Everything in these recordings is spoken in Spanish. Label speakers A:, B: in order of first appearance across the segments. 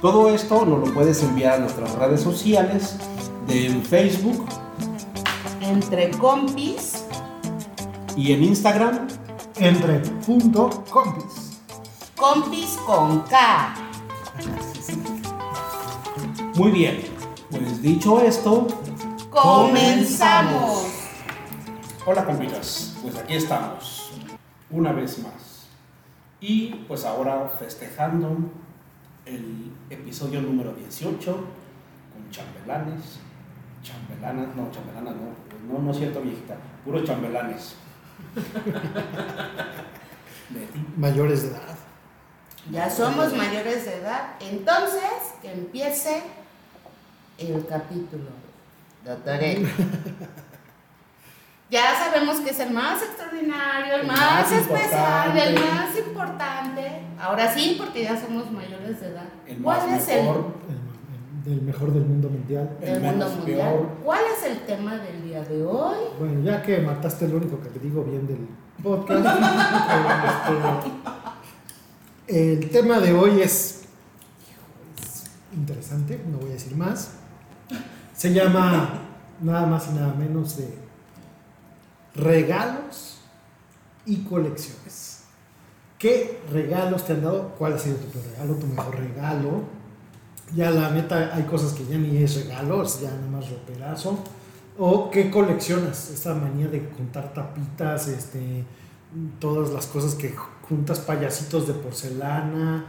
A: Todo esto nos lo puedes enviar a nuestras redes sociales de Facebook
B: Entre compis.
A: y en Instagram
C: Entre punto compis.
B: Compis con K.
A: Muy bien, pues dicho esto,
B: ¡Comenzamos!
A: Hola compitas, pues aquí estamos, una vez más. Y pues ahora festejando el episodio número 18 con chambelanes, chambelanas, no, chambelanas no, no, no es cierto viejita, puros chambelanes. Leti.
C: Mayores de edad.
B: Ya somos mayores de edad. Entonces, que empiece el capítulo. Doctoré. Ya sabemos que es el más extraordinario, el
A: El
B: más,
A: más
B: especial, el
A: importante.
B: más importante. Ahora sí, porque ya somos mayores de edad.
A: El más mejor,
C: El- el- Del mejor del mundo mundial.
B: el
A: el
B: del mundo
A: menos
B: mundial?
A: peor.
B: ¿Cuál es el tema del día de hoy?
C: Bueno, ya que mataste lo único que te digo bien del podcast, eh, este, el tema de hoy es, es interesante, no voy a decir más. Se llama nada más y nada menos de regalos y colecciones. ¿Qué regalos te han dado? ¿Cuál ha sido tu peor regalo, tu mejor regalo? Ya la neta hay cosas que ya ni es regalos, ya nada más roperazo. ¿O qué coleccionas? Esa manía de contar tapitas, este, todas las cosas que juntas, payasitos de porcelana,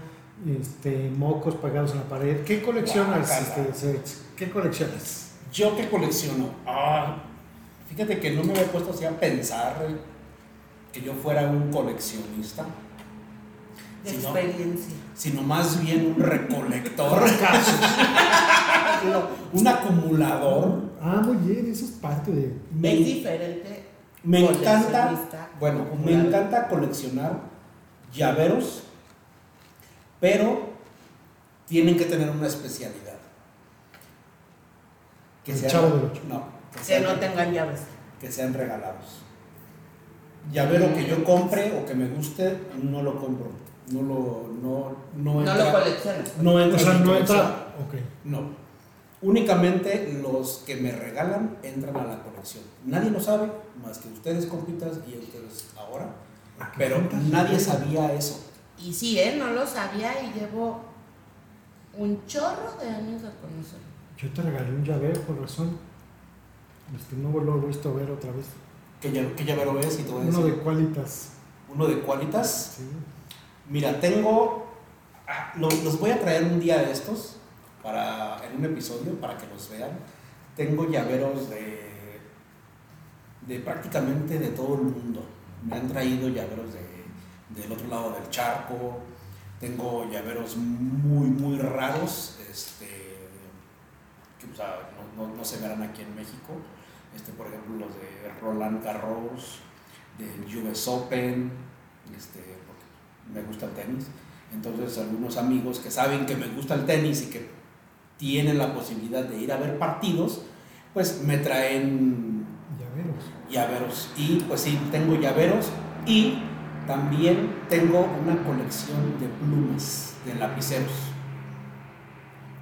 C: este, mocos pagados en la pared. ¿Qué coleccionas?
A: Guácala.
C: este, Serge? ¿Qué coleccionas?
A: Yo que colecciono. Ah, fíjate que no me había puesto así a pensar eh, que yo fuera un coleccionista, Si no-
B: experiencia.
A: sino más bien un recolector, un acumulador.
C: Ah, muy bien, eso es parte de...
B: Es
A: Me,
B: diferente.
A: me
B: Coleccionista,
A: encanta, bueno, me
B: acumulador.
A: encanta coleccionar llaveros, pero tienen que tener una especialidad.
C: El Chavo del Ocho.
A: no, que
B: Que
A: sean-
B: no tengan llaves.
A: que sean regalados. Llavero que yo compre o que me guste, no lo compro. No lo, no, no
B: No
A: entra.
B: lo coleccionas.
A: no entra
C: O sea,
A: en mi
C: no
A: colección.
C: entra... Ok.
A: No. Únicamente los que me regalan entran a la colección. Nadie lo sabe, más que ustedes compitas y ustedes ahora. Pero nadie sabía eso.
B: Y sí, ¿eh? No lo sabía y llevo un chorro de años de conocerlo.
C: Yo te regalé un llavero, por razón. Este, no lo he vuelto a ver otra vez.
A: ¿Qué, lla- qué llavero es? Y te voy a
C: Uno
A: decir.
C: de Qualitas.
A: Uno de Qualitas.
C: Sí.
A: Mira, tengo. ah, lo- los voy a traer un día de estos para, en un episodio para que los vean. Tengo llaveros de, de prácticamente de todo el mundo. Me han traído llaveros de, del otro lado del charco. Tengo llaveros muy, muy raros. Este, que o sea, no, no- no se verán aquí en México. Este, por ejemplo, los de Roland Garros, del US Open. Este, porque me gusta el tenis. Entonces algunos amigos que saben que me gusta el tenis y que tienen la posibilidad de ir a ver partidos, pues me traen
C: Llaveros.
A: llaveros. Y pues sí, tengo llaveros y también tengo una colección de plumas, de lapiceros.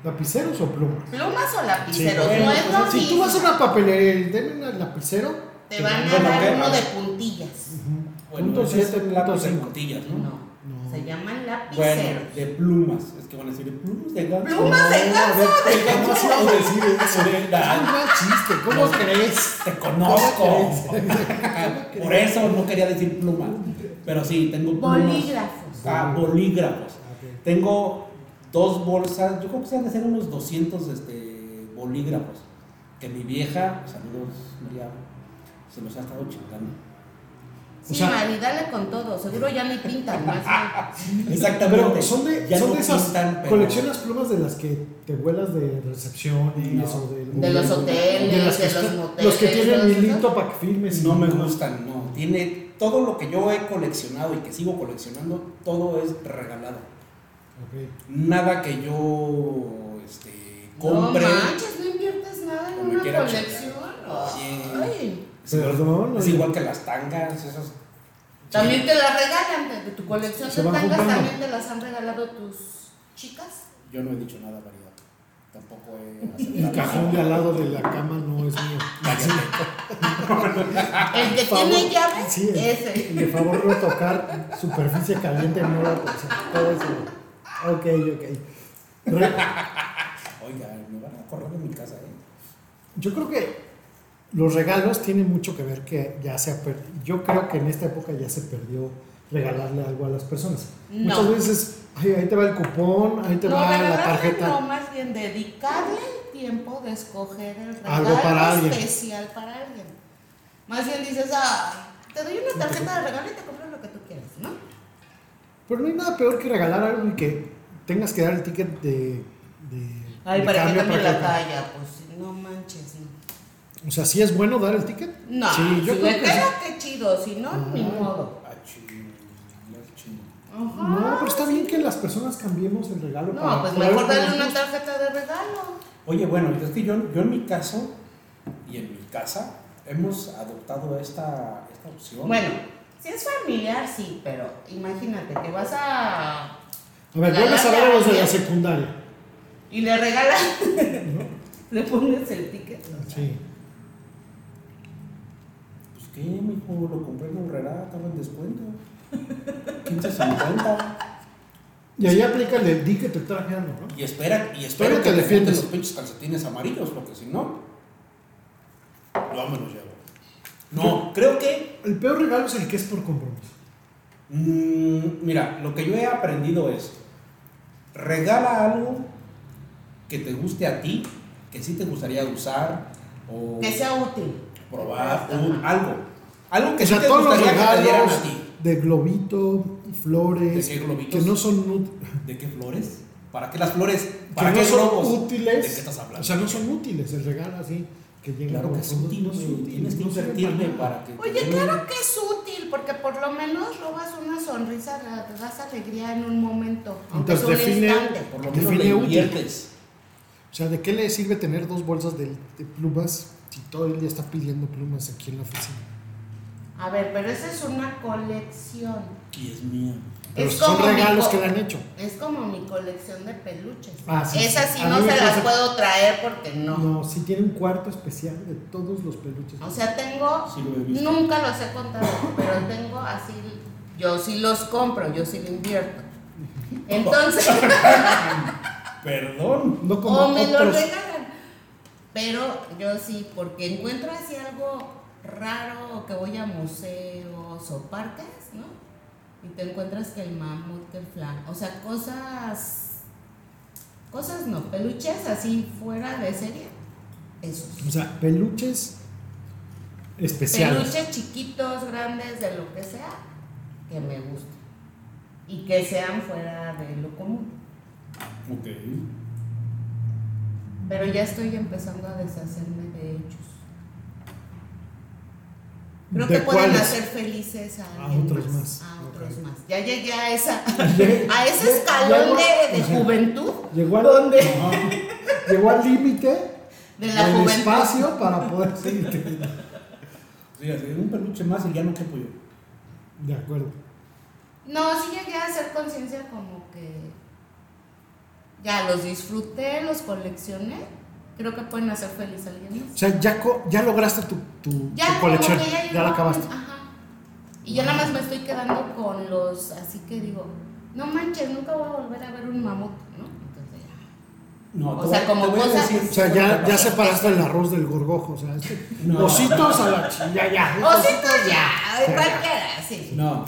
C: ¿Lapiceros o plumas?
B: ¿Plumas o lapiceros?
A: Sí,
B: no
A: bueno,
B: es
A: pues,
B: lo
C: si tú
B: mismo.
C: vas a una papelería y denme un lapicero,
B: Te van a
A: Bueno,
B: dar
A: ¿qué?
B: uno de puntillas.
C: ujú,
A: Bueno,
C: punto
A: ese es
C: siete,
A: lápiz
C: punto
A: de
C: cinco.
A: puntillas, ¿no?
B: No.
C: No,
B: Se llaman
A: Bueno,
B: lapiceros.
A: de plumas. Es que van a decir de plumas de gancho.
B: ¡Plumas de
C: a ver,
B: ganso!
C: ¿qué más iba a decir eso?
A: De
C: Es un
A: verdad,
C: mal chiste, ¿cómo
A: No.
C: crees?
A: Te conozco.
C: ¿Cómo
A: Por eso no quería decir pluma. Pero sí, tengo plumas.
B: Bolígrafos.
A: Ah, bolígrafos.
C: Ok.
A: Tengo dos bolsas, yo creo que se han de ser unos 200 este, bolígrafos. Que mi vieja, saludos, María, se los ha estado chingando.
B: Sí,
C: O sea-
B: Mari, dale con todo. Seguro ya ni pintan más. bien.
A: Exactamente.
C: Pero son de,
A: Ya
C: son
A: no
C: de esas.
A: pintan, pero-
C: coleccionas plumas de las que te vuelas de recepciones
A: No.
C: o del-
B: De los hoteles,
C: las que
B: de los
C: están-
B: moteles,
C: Los que tienen
B: todos esos.
C: hilito para que filmes. y
A: No me gustan, no. Tiene todo lo que yo he coleccionado y que sigo coleccionando, todo es regalado.
C: Ok.
A: Nada que yo este,
B: No
A: compre.
B: manches, no inviertes nada en
A: Como
B: una
A: quiera, pues.
B: colección.
A: chica.
B: Ay.
A: es, igual,
C: Perdón,
A: es
C: oye.
A: igual que las tangas, esas.
B: También te las regalan. De tu colección
C: Se
B: de
C: van
B: tangas
C: juntando.
B: también te las han regalado tus chicas.
A: Yo no he dicho nada, variedad. Tampoco he
C: El
A: aceptado.
C: cajón de al lado de la cama no es mío.
B: El que
C: Ah, Favor.
B: tiene llaves,
C: Sí, el-
B: ese.
C: De favor no tocar superficie caliente, no la tocar. Todo eso. Ok, ok. Re-
A: Oiga, me van a correr de mi casa, ¿eh?
C: Yo creo que los regalos tienen mucho que ver que ya se ha perdido. Yo creo que en esta época ya se perdió regalarle algo a las personas.
B: No.
C: Muchas veces, "Ay, ahí te va el cupón, ahí te
B: No,
C: va la
B: regalarle
C: tarjeta.
B: No, más bien dedicarle el tiempo de escoger el regalo
C: Algo para alguien.
B: especial para alguien. Más bien dices, ah, te doy una tarjeta de regalo y te compro lo que tú quieras, ¿no?
C: Pero no hay nada peor que regalar algo y que tengas que dar el ticket de. de
B: Ay,
C: de
B: para que
C: cambio
B: cambie
C: para
B: la
C: que-
B: talla, pues no manches, no.
C: O sea, sí es bueno dar el ticket.
B: No,
C: Sí, yo
B: si
C: creo
B: le
C: que
B: queda,
C: sí.
B: qué chido, si no, ni modo.
A: Ah, ching, ya, ching.
B: Ajá.
C: No, pero está bien que las personas cambiemos el regalo. para
B: Ah, No, pues
C: poder-
B: mejor dale una tarjeta de regalo.
A: Oye, bueno, es que yo, yo en mi caso y en mi casa hemos adoptado esta, esta opción.
B: Bueno, si es familiar, sí, pero imagínate que vas a.
C: A ver, vuelves a ver a los de la secundaria.
B: y le regalas. le pones el ticket. o sea.
C: Sí.
A: Pues qué, mijo, lo compré en Urrera, estaba en descuento. 15.50.
C: Y ahí aplica el del di que te trajeron, ¿no?
A: Y espera, y espero
C: Pero
A: que
C: te
A: te
C: defiendes.
A: defiendan los pinches calcetines amarillos, porque si no, yo me los llevo. No, creo que.
C: El peor regalo es el que es por compromiso.
A: mm, mira, lo que yo he aprendido es: regala algo que te guste a ti, que sí te gustaría usar, o
B: Que sea útil.
A: probar,
B: Ajá.
A: un- algo. Algo que
C: o sea,
A: sí te
C: todos los
A: gustaría que te dieran a
C: regalos
A: ti.
C: de globito, flores,
A: ¿De qué globitos?
C: que no son nut-
A: ¿De qué flores? ¿Para qué las flores?
C: que
A: ¿Para
C: no
A: qué
C: son
A: globos?
C: útiles.
A: ¿De qué estás hablando?
C: O sea, no son útiles el regalo así que llega
A: Claro
C: como
A: que es
C: producto,
A: útil,
C: no es
A: güey,
C: útil,
A: tienes que
C: no sirve
A: invertirle
C: nada.
A: para que. te
B: Oye,
A: den-
B: claro que es útil, porque por lo menos robas una sonrisa, la- te das alegría en un momento. Aunque
C: Entonces,
B: sea un
C: define-
B: instante.
A: Por lo menos
C: Define
A: le
C: útil.
A: inviertes.
C: O sea, ¿de qué le sirve tener dos bolsas de, de plumas si todo el día está pidiendo plumas aquí en la oficina?
B: A ver, pero esa es una colección.
A: Y es mía.
C: Pero
B: Es
C: son
B: como mi
C: regalos
B: co-
C: que le han hecho.
B: Es como mi colección de peluches.
C: Ah, sí,
B: Esas
C: sí.
B: sí
C: A
B: no
C: mí me
B: se las
C: pasa-
B: puedo traer porque no.
C: No, sí tiene un cuarto especial de todos los peluches.
B: O sea, tengo,
A: Sí lo he visto.
B: nunca los he contado, pero tengo así, yo sí los compro, yo sí lo invierto. Entonces,
A: Perdón.
C: no como
B: o me los
C: otros.
B: regalan. Pero yo sí, porque encuentro así algo raro, o que voy a museos o parques, ¿no? Y te encuentras que el mamut, que el flan, o sea, cosas, cosas no, peluches así fuera de serie, esos.
C: O sea, peluches especiales.
B: peluches chiquitos, grandes, de lo que sea, que me gusten. Y que sean fuera de lo común.
A: Ok.
B: Pero ya estoy empezando a deshacerme de ellos. Creo
C: ¿De
B: que pueden
C: cuáles?
B: hacer felices a,
C: A
B: alguien
C: otros más.
B: A
C: Ok.
B: otros más. Ya llegué a, esa,
C: Lleg-
B: a
C: lleg-
B: ese escalón de, de
C: Ajá.
B: juventud.
C: Llegó al,
B: ¿Dónde?
C: Ajá. Llegó al límite
B: De la
C: del
B: juventud.
C: espacio para poder seguir.
A: Sí, así, un peluche más y ya no quepo yo.
C: De acuerdo.
B: No, sí llegué a hacer conciencia como que ya los disfruté, los coleccioné. Creo que pueden hacer feliz a alguien
C: O
B: más.
C: sea, ya, co- ya lograste tu, tu-
B: Ya,
C: tu
B: como
C: colección.
B: que
C: Ya,
B: llegó,
C: la acabaste.
B: Ajá. Y ya nada más me estoy quedando con los, así que digo, no manches, nunca voy a volver a ver un mamut, ¿no? Entonces ya.
A: No,
B: O
A: te
B: sea,
A: voy-
B: como
A: te voy a
B: cosas-
A: decir-
C: O sea, ya, ya separaste el arroz del gorgojo. O sea, este-
A: No.
C: ositos a la chilla, ya.
B: Ositos ya, cualquiera, sí.
A: No,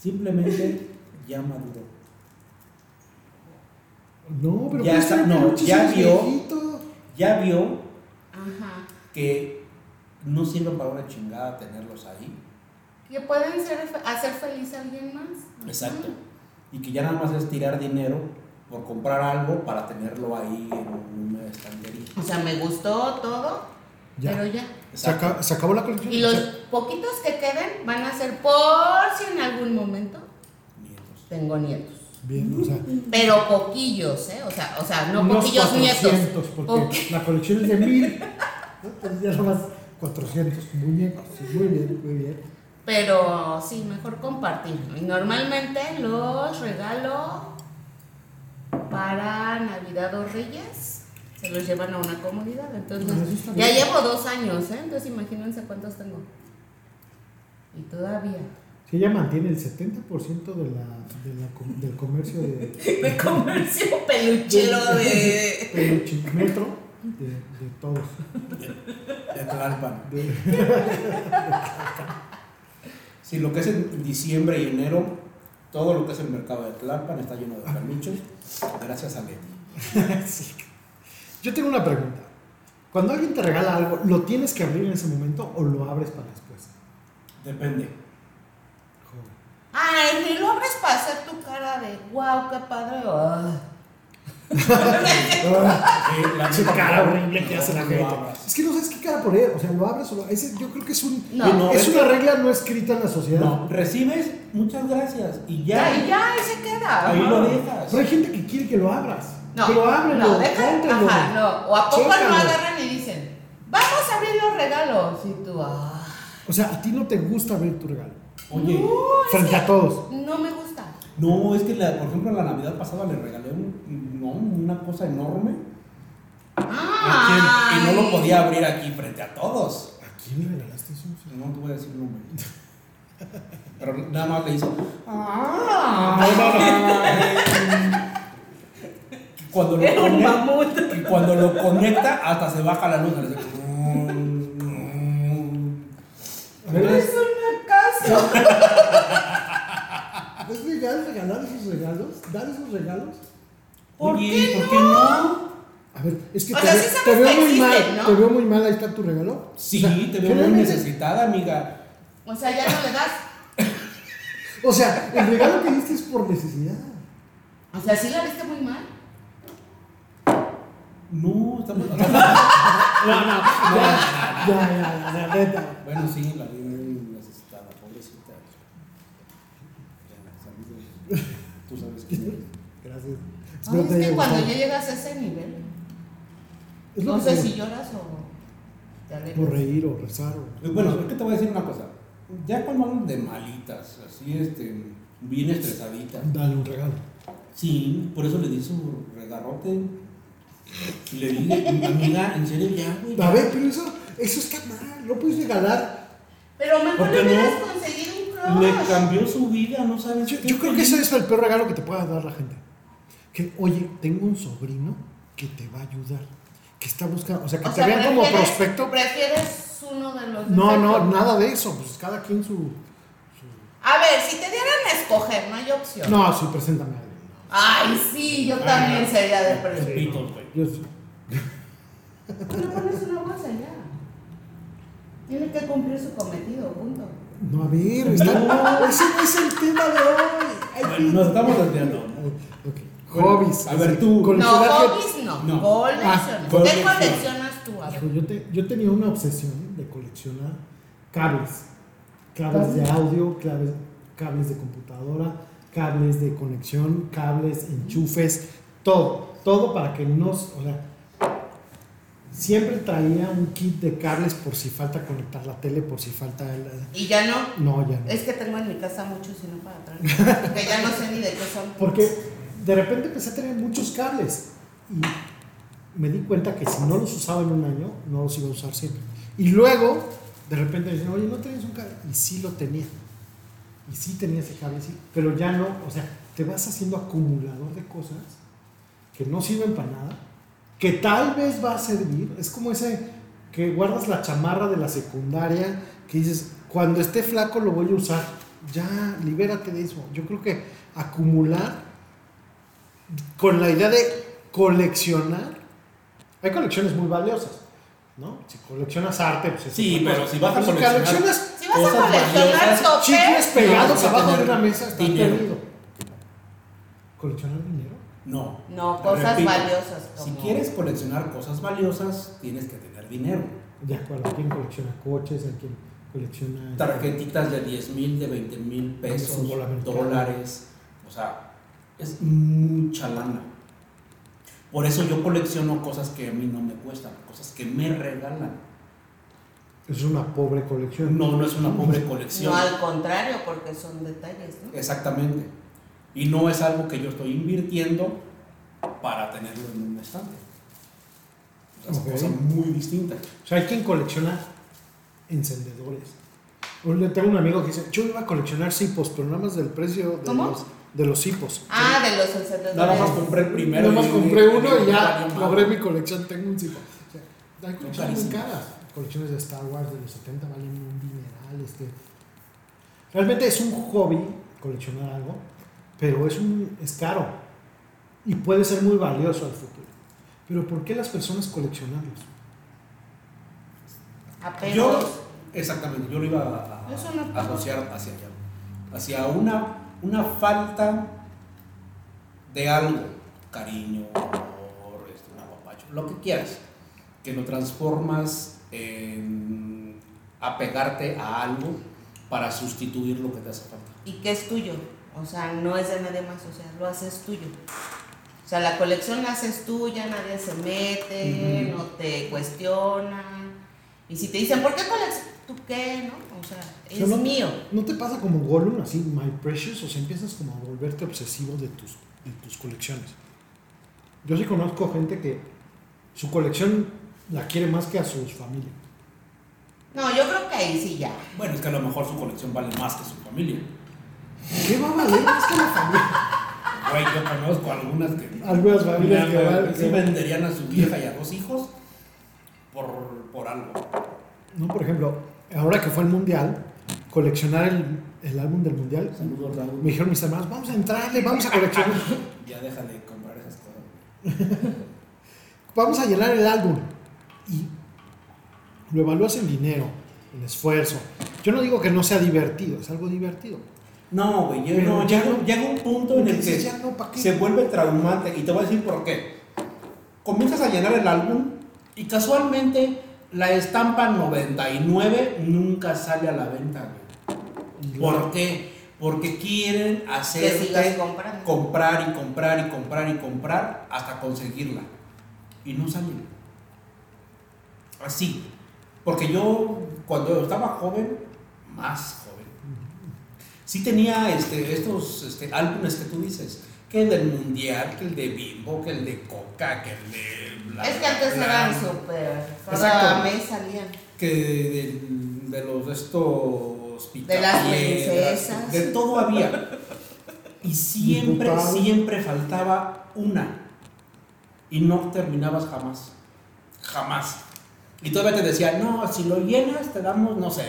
A: simplemente ya maduró.
C: No, pero
A: Ya
C: pues
A: está-
C: tiene
A: no,
C: peluches,
A: ya
C: es
A: vio.
C: viejito.
A: Ya vio
B: Ajá.
A: que no sirve para una chingada tenerlos ahí.
B: Que pueden ser, hacer feliz a alguien más. Ajá.
A: Exacto. Y que ya nada más es tirar dinero por comprar algo para tenerlo ahí en una estantería.
B: O sea, me gustó todo,
C: Ya.
B: pero ya.
C: Se,
A: Exacto.
C: aca- se acabó la colección.
B: Y
C: O
B: los
C: sea,
B: poquitos que queden van a ser por si en algún momento
A: Nietos.
B: tengo nietos.
C: Bien, o sea,
B: Pero poquillos, ¿eh? O sea, o sea no
C: unos
B: poquillos nietos.
C: 400, porque
B: Ok.
C: la colección es de mil. Entonces ya nomás 400. Muy bien, sí, muy bien, muy bien.
B: Pero sí, mejor compartirlo. Y normalmente los regalo para Navidad o Reyes. Se los llevan a una comunidad. Entonces,
C: Ah, eso está
B: ya
C: bien.
B: llevo dos años, ¿eh? Entonces, imagínense cuántos tengo. Y todavía.
C: Si ella mantiene el 70% de la, de la com- del comercio de
B: Me comercio peluchero de.
C: peluche, metro, de, de todos.
A: De Tlalpan.
C: De-
A: Sí, lo que es en diciembre y enero, todo lo que es el mercado de Tlalpan está lleno de peluches, gracias a Leti.
C: Sí. Yo tengo una pregunta. Cuando alguien te regala algo, ¿lo tienes que abrir en ese momento o lo abres para después?
A: Depende.
C: Joven.
B: Ay, ni lo abres para hacer tu cara de wow, qué padre. ah".
A: Sí, la
C: Su
A: neta,
C: cara
A: Ah, no,
C: horrible que
A: no,
C: hace la
A: no
C: gente.
A: abras.
C: Es que no sabes qué cara poner. O sea, lo abres o lo ese- Yo creo que es, un,
B: No.
A: No,
C: es
A: es-
C: una regla no escrita en la sociedad.
A: No, recibes muchas gracias y ya,
B: Ya, y ya, ahí se queda.
A: ahí
B: ajá.
A: lo dejas.
C: Pero hay gente que quiere que lo abras.
B: No,
C: que lo abren,
B: no, deja,
C: cóntalo.
B: ajá, no. O a poco
C: Chécalo.
B: no agarran y dicen, vamos a abrir los regalos. Y tú, ah.
C: O sea, a ti no te gusta ver tu regalo.
A: Oye,
B: No, es
C: Frente
B: que
C: a todos.
B: No me gusta.
A: no, es que la- por ejemplo la Navidad pasada le regalé un- no, una cosa enorme a quien- y no lo podía abrir aquí frente a todos.
C: ¿A quién le regalaste eso?
A: Pues No te voy a decir nombre. Pero nada más le hizo.
B: Ah.
A: Cuando lo,
B: Era un
A: conecta,
B: mamut.
A: y cuando lo conecta, hasta se baja la luz.
C: A
B: No
C: ver,
B: es
C: ¿es,
B: una casa.
C: Ah, es legal regalar esos regalos? ¿Dar esos regalos?
B: ¿Por
A: Oye,
B: qué
A: ¿por qué no?
C: A ver, es que
B: O
C: te,
B: sea,
C: ve-
B: sí sabes
C: te veo
B: que
C: muy
B: existen,
C: mal.
B: ¿no?
C: Te veo muy mal, ahí está tu regalo.
A: Sí,
C: O sea,
A: te veo muy
C: generalmente-
A: necesitada, amiga.
B: O sea, ya no le das.
C: O sea, el regalo que diste es por necesidad.
B: O sea, sí la viste muy mal.
A: No, estamos.
C: No, no, ya, ya, ya, ya, la neta.
A: Bueno, sí, la vi muy necesitada, pobrecita. Ya, saludos. Tú sabes quién eres.
C: Gracias.
B: Ay,
C: Espero te
B: es
C: haya
B: que cuando
C: gustado.
B: ya llegas a ese nivel,
C: Es lo
B: no
C: que
B: sé
C: te-
B: si lloras o te alegras.
C: Por reír o rezar o...
A: Pues Bueno, es que te voy a decir una cosa. Ya cuando hablan de malitas, así, este, bien estresaditas.
C: Dale un regalo.
A: Sí, por eso le di su regarrote. Y le dije, amiga, en serio, ya, güey.
C: A ver, pero eso, eso está mal. No puedes regalar.
B: Pero mejor
A: ¿Por
B: le
A: qué
B: hubieras
A: no?
B: conseguido un
A: Le
B: crush.
A: cambió su vida, no sabes.
C: Yo,
A: qué
C: yo creo que
A: feliz.
C: eso es el peor regalo que te pueda dar la gente. Que, oye, tengo un sobrino que te va a ayudar. Que está buscando... O sea, que
B: O
C: te
B: sea,
C: vean como
B: prefieres-
C: prospecto.
B: Prefieres uno de los
C: No, no,
B: defectos.
C: nada de eso. Pues cada quien su...
B: A ver, si te dieran a escoger, no hay opción.
C: No, sí, preséntame a alguien.
B: Ay, sí, yo también
A: Ah,
B: sería de
A: Los
B: perder.
A: pitos, güey.
C: Yo sí.
B: Le pones una bolsa ya. Tiene que cumplir su cometido, punto.
C: No, a ver, está... no, ese no es el tema de hoy. Ay,
A: Bueno, Nos estamos desviando.
C: Ok.
A: Bueno,
C: Hobbies.
A: a ver, tú.
C: Con
B: No,
C: ansiedad que-
B: hobbies no.
A: No.
B: Colecciones.
C: Ah,
B: ¿Qué
A: colecciones.
B: coleccionas tú? A ver.
C: Hijo, Yo, te- yo tenía una obsesión de coleccionar cables. Cables de
B: Cables.
C: audio, claves- cables de computadora, cables de conexión, cables, enchufes, todo. Todo para que no... s- O sea, siempre traía un kit de cables por si falta conectar la tele, por si falta... el- eh,
B: Y ya no.
C: no, ya no.
B: Es que tengo en mi casa muchos y no para atrás. Que ya no sé ni de qué son.
C: Porque de repente empecé a tener muchos cables y me di cuenta que si no los usaba en un año, no los iba a usar siempre. Y luego, de repente me dicen, oye, ¿no tenías un cable? Y sí lo tenía. y sí tenía ese cable, sí, pero ya no, o sea, te vas haciendo acumulador de cosas que no sirven para nada, que tal vez va a servir, es como ese que guardas la chamarra de la secundaria, que dices, cuando esté flaco lo voy a usar, ya, libérate de eso. Yo creo que acumular con la idea de coleccionar, hay colecciones muy valiosas, ¿no? Si coleccionas arte, pues es
A: Sí,
C: otra
A: pero
C: cosa.
A: si vas a
C: si
A: coleccionar-
C: coleccionas
B: Si vas a
A: Cosas
B: coleccionar
A: valiosas,
C: chicles
B: topes,
C: pegados
A: vas a
C: abajo de
A: tener
C: una mesa, está
A: dinero.
C: perdido. ¿Coleccionar dinero?
A: No.
B: no, cosas
A: Repito,
B: valiosas.
A: Si
B: como-
A: quieres coleccionar cosas valiosas, tienes que tener dinero.
C: De acuerdo, hay quien colecciona coches, hay quien colecciona...
A: Tarjetitas de 10 mil, de 20 mil pesos,
C: Fútbol americano.
A: dólares. O sea, es mucha lana. Por eso yo colecciono cosas que a mí no me cuestan, cosas que me regalan.
C: Es una pobre colección.
A: No, no es una pobre colección.
B: No, al contrario, porque son detalles, ¿no?
A: Exactamente. Y no es algo que yo estoy invirtiendo para tenerlo en un estante. O sea,
C: Ok.
A: Es una cosa muy distinta.
C: O sea, hay quien colecciona encendedores. Hoy le tengo un amigo que dice, yo iba a coleccionar cipos, pero nada más del precio de
B: ¿Cómo?
C: los de los cipos.
B: Ah, de los encendedores.
A: Nada más compré el primero.
C: Pues, nada más
A: y-
C: compré uno y ya
A: varios más.
C: logré mi colección, tengo un cipo. O sea, hay colecciones muy
A: carísimas.
C: caras. Colecciones de Star Wars de los 70 valen un dineral, este. Realmente es un hobby coleccionar algo, pero es un es caro y puede ser muy valioso al futuro. Pero ¿por qué las personas coleccionarlos?
B: Apenas.
A: Yo, exactamente, yo lo iba a, a-
B: Es una
A: a
B: paja.
A: asociar hacia allá. Hacia una, una falta de algo, cariño, amor, este, un apapacho, lo que quieras, que lo transformas en apegarte a algo para sustituir lo que te hace falta.
B: ¿Y qué es tuyo? O sea, no es de nadie más, o sea, lo haces tuyo. O sea, la colección la haces tuya, nadie se mete, no te cuestiona. Y si te dicen, ¿por qué coleccionas? ¿Tú qué? ¿No? O sea, es
C: Solo-
B: mío.
C: ¿No te pasa como Gollum, así, my precious? O sea, empiezas como a volverte obsesivo de tus, de tus colecciones. Yo sí conozco gente que su colección la quiere más que a sus familias.
B: No, yo creo que ahí sí ya.
A: Bueno, es que a lo mejor su colección vale más que su familia.
C: ¿Qué va a valer más que la familia?
A: Güey, yo conozco algunas que.
C: Algunas familias
A: Mira,
C: que valen-
A: sí venderían a su vieja y a dos hijos por, por algo.
C: No, por ejemplo, ahora que fue el mundial, coleccionar el, el álbum del mundial,
A: Saludos, Raúl.
C: me dijeron mis hermanos, vamos a entrarle, vamos a coleccionar,
A: Ya deja de comprar esas cosas.
C: vamos a llenar el álbum. Y lo evalúas en dinero, en esfuerzo. Yo no digo que no sea divertido, es algo divertido.
A: No, güey, ya-
C: Pero
A: no,
C: ya
A: llega,
C: no-
A: llega un punto en el
C: Dices,
A: que
C: ya no, ¿pa' qué?
A: se vuelve traumante. Y te voy a decir por qué. Comienzas a llenar el álbum y casualmente la estampa 99 nunca sale a la venta, güey. ¿Por qué? Porque quieren
B: Que sigas
A: hacerte
B: comprando.
A: comprar y comprar y comprar y comprar hasta conseguirla. Y no sale. Así. Porque yo, cuando estaba joven, más joven, sí tenía este, estos este, álbumes que tú dices. Que el del Mundial, que el de Bimbo, que el de Coca, que el de... bla,
B: es que
A: bla,
B: antes
A: bla,
B: eran súper. Cada
A: Exacto.
B: mes salían.
A: que del- de, los de estos
B: De
A: picapiedras,
B: las princesas.
A: de todo había y siempre
C: Diputado.
A: siempre faltaba una y no terminabas jamás jamás y todavía te decían no si lo llenas te damos no sé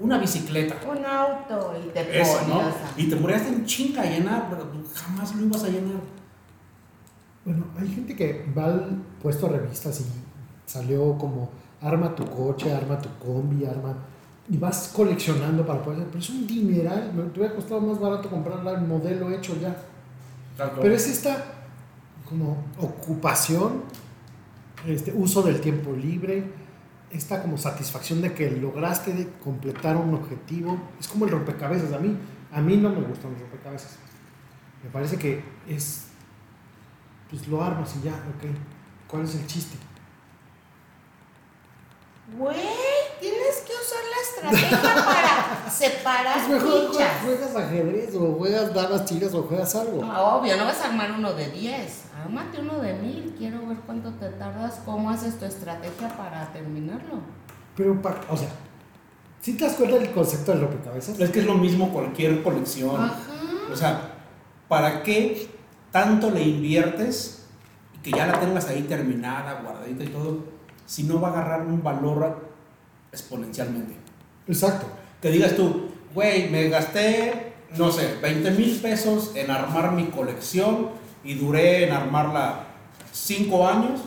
A: una bicicleta
B: Un auto y te
A: eso
B: ponías
A: no
B: a-
A: y te morías en chinga a llenar pero tú jamás lo ibas a llenar
C: Bueno, hay gente que va al puesto de revistas y salió como arma tu coche, arma tu combi, arma. Y vas coleccionando para poder. Pero es un dineral. Me hubiera costado más barato comprar el modelo hecho ya.
A: Tanto-
C: Pero es esta como ocupación, este uso del tiempo libre, esta como satisfacción de que lograste de completar un objetivo. Es como el rompecabezas. A mí, a mí no me gustan los rompecabezas. Me parece que es, pues lo armas y ya, ok. ¿Cuál es el chiste?
B: Güey, tienes que usar la estrategia para separar
C: Pues mejor
B: fichas. Ah.
C: jue- juegas ajedrez o juegas damas tiras o juegas algo.
B: No, obvio, no vas a armar uno de 10. Ármate uno de 1000. Quiero ver cuánto te tardas, cómo haces tu estrategia para terminarlo.
C: Pero, pa- o sea, ¿Sí te das cuenta del concepto del rompecabezas?
A: Es que es lo mismo cualquier colección.
B: Ajá.
A: O sea, ¿para qué tanto le inviertes y que ya la tengas ahí terminada, guardadita y todo, si no va a agarrar un valor exponencialmente?
C: Exacto.
A: Que digas tú, güey, me gasté, no sé, 20 mil pesos en armar mi colección y duré en armarla 5 años,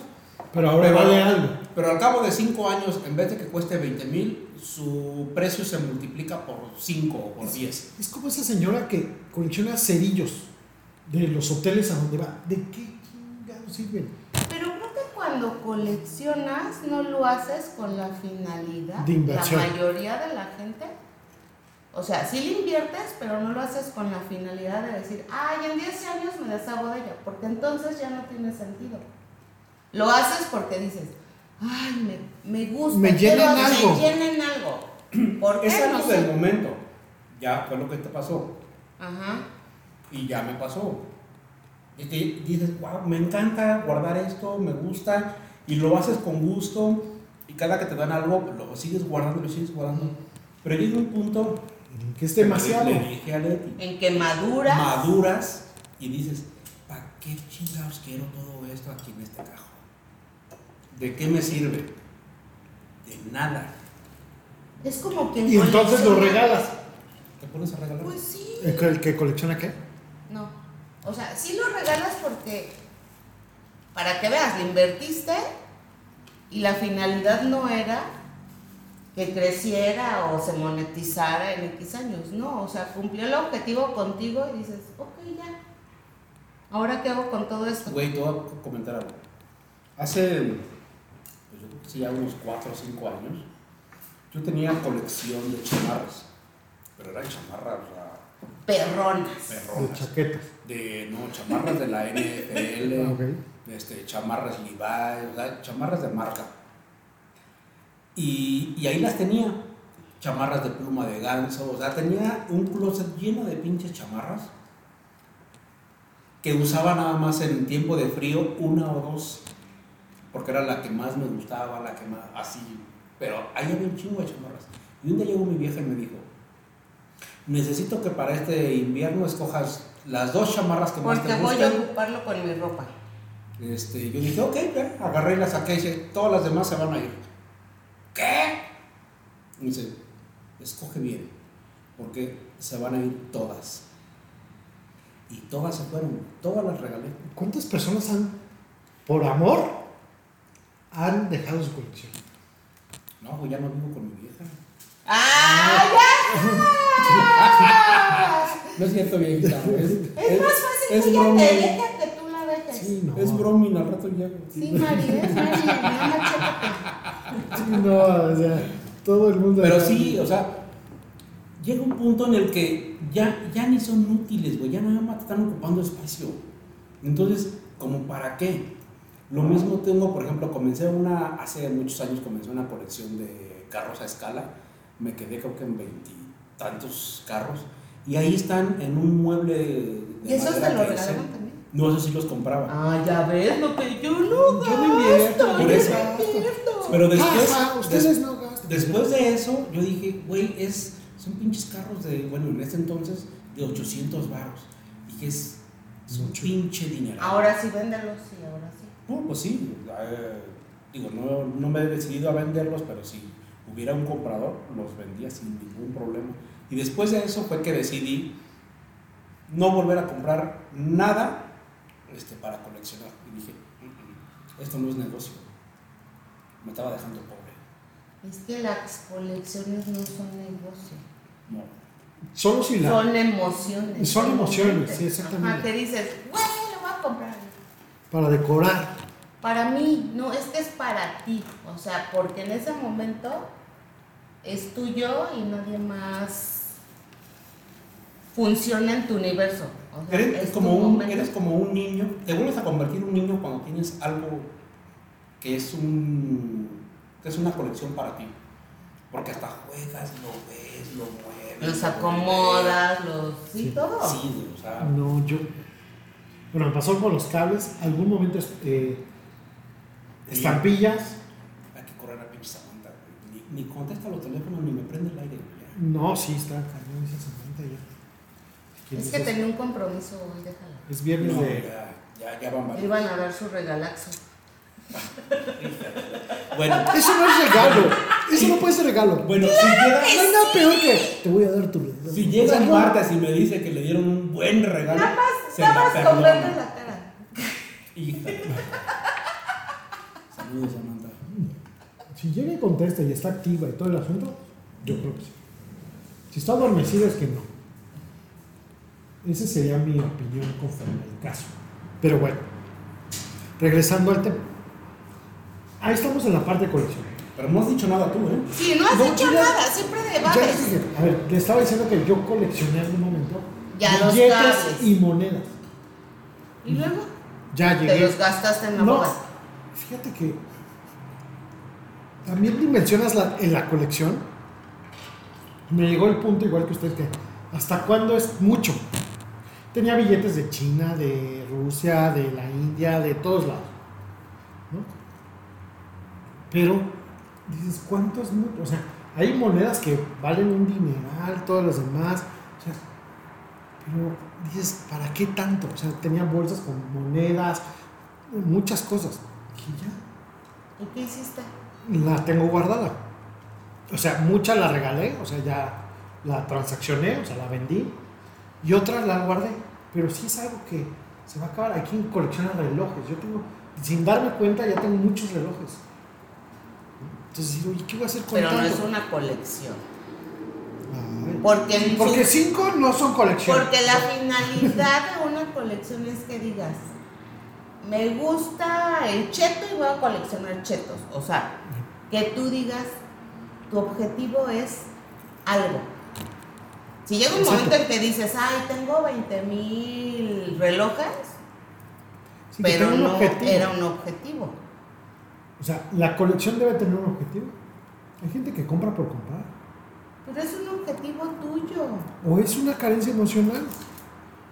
C: Pero ahora
A: Pero-
C: vale algo.
A: pero al cabo de 5 años, en vez de que cueste 20 mil, su precio se multiplica por 5 o por 10.
C: Es como esa señora que colecciona cerillos de los hoteles a donde va. ¿De qué chingados sirven?
B: Pero creo que cuando coleccionas no lo haces con la finalidad.
C: De inversión.
B: La mayoría de la gente. O sea, sí le inviertes, pero no lo haces con la finalidad de decir, ay, en 10 años me deshago de ella, porque entonces ya no tiene sentido. Lo haces porque dices, ay, me, me gusta,
C: Me
B: quiero-
C: llenan algo".
B: Me llenen algo. ¿Por qué?
A: Es algo
B: Eh, no
A: del
B: sé.
A: momento. Ya fue lo que te pasó.
B: Ajá.
A: Y ya me pasó. Y te dices, wow, me encanta guardar esto, me gusta. Y lo haces con gusto. Y cada que te dan algo, lo sigues guardando, lo sigues guardando. Pero llega un punto.
C: Que es demasiado.
A: Le, le dije a Leti,
B: En que maduras.
A: maduras. Y dices, ¿para qué chingados quiero todo esto aquí en este cajón? ¿De qué me sirve? De nada.
B: es como que.
C: Y entonces lo regalas.
A: Te pones a regalar.
B: Pues sí.
C: ¿El que- el que colecciona qué?
B: No. O sea, sí lo regalas porque, para que veas, le invertiste y la finalidad no era que creciera o se monetizara en X años. No, o sea, cumplió el objetivo contigo y dices, ok, ya. Ahora qué hago con todo esto.
A: Güey, te voy a comentar algo. Hace, pues yo creo que sí, ya unos 4 o 5 años, yo tenía colección de chamarras. Pero eran chamarras, o sea,
B: Perronas.
C: De
A: perronas.
C: chaquetas.
A: De, no, chamarras de la
C: Ah,
A: NFL,
C: ok.
A: este, chamarras Levi's, o sea, chamarras de marca. Y, y ahí las tenía. Chamarras de pluma de ganso, o sea, tenía un closet lleno de pinches chamarras que usaba nada más en tiempo de frío una o dos, porque era la que más me gustaba, la que más así, pero ahí había un chingo de chamarras. Y un día llegó mi vieja y me dijo, necesito que para este invierno escojas las dos chamarras que más
B: Porque
A: te
B: voy a
A: gustan.
B: ocuparlo con mi ropa.
A: Este, yo dije, ok, ya, agarré y la saqué y dije, todas las demás se van a ir. ¿Qué? Y dice, escoge bien, porque se van a ir todas. Y todas se fueron, todas las regalé.
C: ¿Cuántas personas han, por amor, han dejado su colección?
A: No, güey, ya no vivo con mi vieja.
B: ¡Ah, ya!
A: No es cierto, viejita. Es,
B: Es más fácil que ella te deje que tú la dejes. Sí,
C: Sí, no.
A: Es broming, al rato ya.
B: Mari, es Mari, no machétate.
C: Sí, no, o sea, todo el mundo.
A: Pero sí, o sea, llega un punto en el que ya, ya ni son útiles, güey, ya nada más te están ocupando espacio. Entonces, ¿como para qué? Lo mismo tengo, por ejemplo, comencé una, hace muchos años comencé una colección de carros a escala, me quedé creo que en veintitantos carros, y ahí están en un mueble de
B: ¿Y esos
A: madera
B: te lo
A: que hice.
B: regalaron también?
A: No, esos sí los compraba.
B: Ah, ya ves, lo que yo no
C: Yo no invierto,
B: gasto,
A: por
B: yo
A: eso.
B: no invierto.
A: Pero después,
C: Ah, Ajá,
A: des-
C: ustedes no gastan.
A: Después de eso, yo dije, güey, es, son pinches carros de, bueno, en este entonces, de 800 varos. Dije, es, es un
C: Mucho.
A: pinche dinero.
B: Ahora sí, véndelos, sí, ahora sí.
A: No, pues sí. eh, digo, no, no me he decidido a venderlos, pero si hubiera un comprador, los vendía sin ningún problema. Y después de eso fue que decidí no volver a comprar nada este, para coleccionar. Y dije, "Mm, mm, esto no es negocio. Me estaba dejando pobre.
B: Es que las colecciones no son negocio,
A: No.
C: Solo si la.
B: son emociones.
C: Son emociones, sí, exactamente.
B: Ajá, que dices, güey, lo voy a comprar.
C: Para decorar.
B: Para mí, no, es que es para ti. O sea, porque en ese momento es tuyo y nadie más funciona en tu universo. O sea,
A: Eres,
B: es tu
A: como un,
B: momento.
A: eres como un niño, te vuelves a convertir en un niño cuando tienes algo que es un que es una colección para ti. Porque hasta juegas, lo ves, lo mueves.
B: Los
A: lo
B: acomodas, los. Sí,
C: Sí,
B: todo.
A: ves. Sí, güey, o sea,
C: No, yo. Bueno, me pasó con los cables. Algún momento eh, estampillas.
A: hay que correr a pinche Samantha, güey. ni contesta los teléfonos ni me prende el aire.
C: No, sí, está cañón esa semana ya.
B: Es que tenía un compromiso hoy, déjala.
C: Es viernes
A: No,
C: de.
A: ya, ya, ya van varios.
B: Iban a ver su regalaxo.
A: Bueno,
C: Eso no es regalo. Eso no puede ser regalo.
A: bueno si llega,
C: No hay nada peor que. Te voy a dar tu regalo.
A: si llega
C: O sea,
A: el
C: no.
A: martes y me dice que le dieron un buen regalo,
B: Nada más,
A: se
B: nada
A: la
B: más con verle
A: perdono.
B: la cara.
A: Hija. Saludos, Samantha.
C: Si llega y contesta y está activa y todo el asunto, yo creo que sí. Si está adormecida es que no. Esa sería mi opinión conforme al caso. Pero bueno, regresando al tema. Ahí estamos en la parte de colección.
A: Pero no has dicho nada tú, ¿eh?
B: Sí, no has
C: No,
B: hecho
C: ya-
B: nada, siempre de
C: Ya les
B: vales.
C: dije, a ver, le estaba diciendo que yo coleccioné en algún momento
B: Ya los
C: billetes
B: sabes.
C: y monedas.
B: Y luego
C: Ya
B: te
C: llegué.
B: los gastaste en la
C: No,
B: boda.
C: fíjate que también dimensionas la, en la colección. Me llegó el punto igual que usted que hasta cuándo es mucho. Tenía billetes de China, de Rusia, de la India, de todos lados. ¿no? Pero dices, ¿cuánto es mucho? O sea, hay monedas que valen un dineral, todas las demás. O sea, pero dices, ¿para qué tanto? O sea, tenía bolsas con monedas, muchas cosas. Que ya
B: ¿Y qué hiciste?
C: la tengo guardada. O sea, mucha la regalé, o sea, ya la transaccioné, o sea, la vendí. Y otras la guardé. Pero sí es algo que se va a acabar. Hay quien colecciona relojes. Yo tengo, sin darme cuenta, ya tengo muchos relojes. Entonces digo, ¿y qué voy a hacer con
B: Pero no
C: tanto?
B: es una colección.
C: Ay.
B: Porque en
C: Porque
B: fin-
C: cinco no son colección.
B: Porque la finalidad de una colección es que digas, me gusta el cheto y voy a coleccionar chetos. O sea, que tú digas, tu objetivo es algo. Si llega un momento
C: Exacto.
B: en que dices, ay, tengo 20 mil relojes,
C: Sí, que
B: pero
C: tengo un
B: no
C: objetivo.
B: era un objetivo.
C: O sea, la colección debe tener un objetivo. Hay gente que compra por comprar.
B: Pero es un objetivo tuyo.
C: O es una carencia emocional.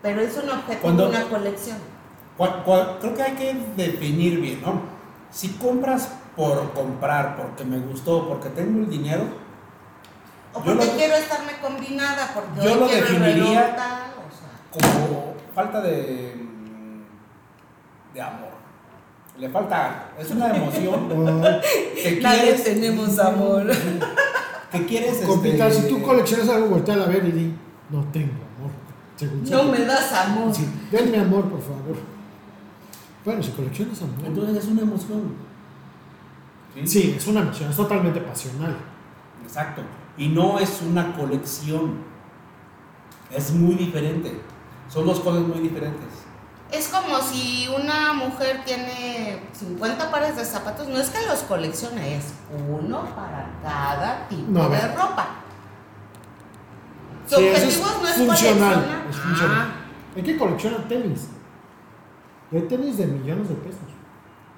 B: Pero es un objetivo,
A: Cuando-
B: una colección.
A: Cual- cual- creo que hay que definir bien, ¿no? Si compras por comprar, porque me gustó, porque tengo el dinero,
B: O
A: Yo
B: porque
A: lo-
B: quiero estarme combinada, porque
A: Yo
B: hoy
A: lo
B: quiero el
A: definiría-
B: reloj tal, o sea.
A: como falta de, mm, de amor. Le falta algo. Es una emoción
C: Ay,
A: que
B: Nadie
A: quieres,
B: tenemos amor.
A: que quieres
C: Compita,
A: este,
C: si tú coleccionas algo, voltea a ver y di, no tengo amor. Según
B: No
C: tú.
B: me das amor.
C: Sí, denme amor, por favor. Bueno, si coleccionas amor.
A: Entonces es una emoción.
C: Sí, es una emoción, es totalmente pasional.
A: Exacto. Y no es una colección. Es muy diferente. Son dos cosas muy diferentes.
B: Es como si una mujer tiene 50 pares de zapatos, no es que los coleccione, es uno para cada tipo
C: No,
B: de
C: a ver.
B: ropa. Su
C: Sí, eso
B: objetivo no es
C: funcional.
B: coleccionar. Ah,
C: Es funcional. Hay que coleccionar tenis. Y hay tenis de millones de pesos.
B: Ah,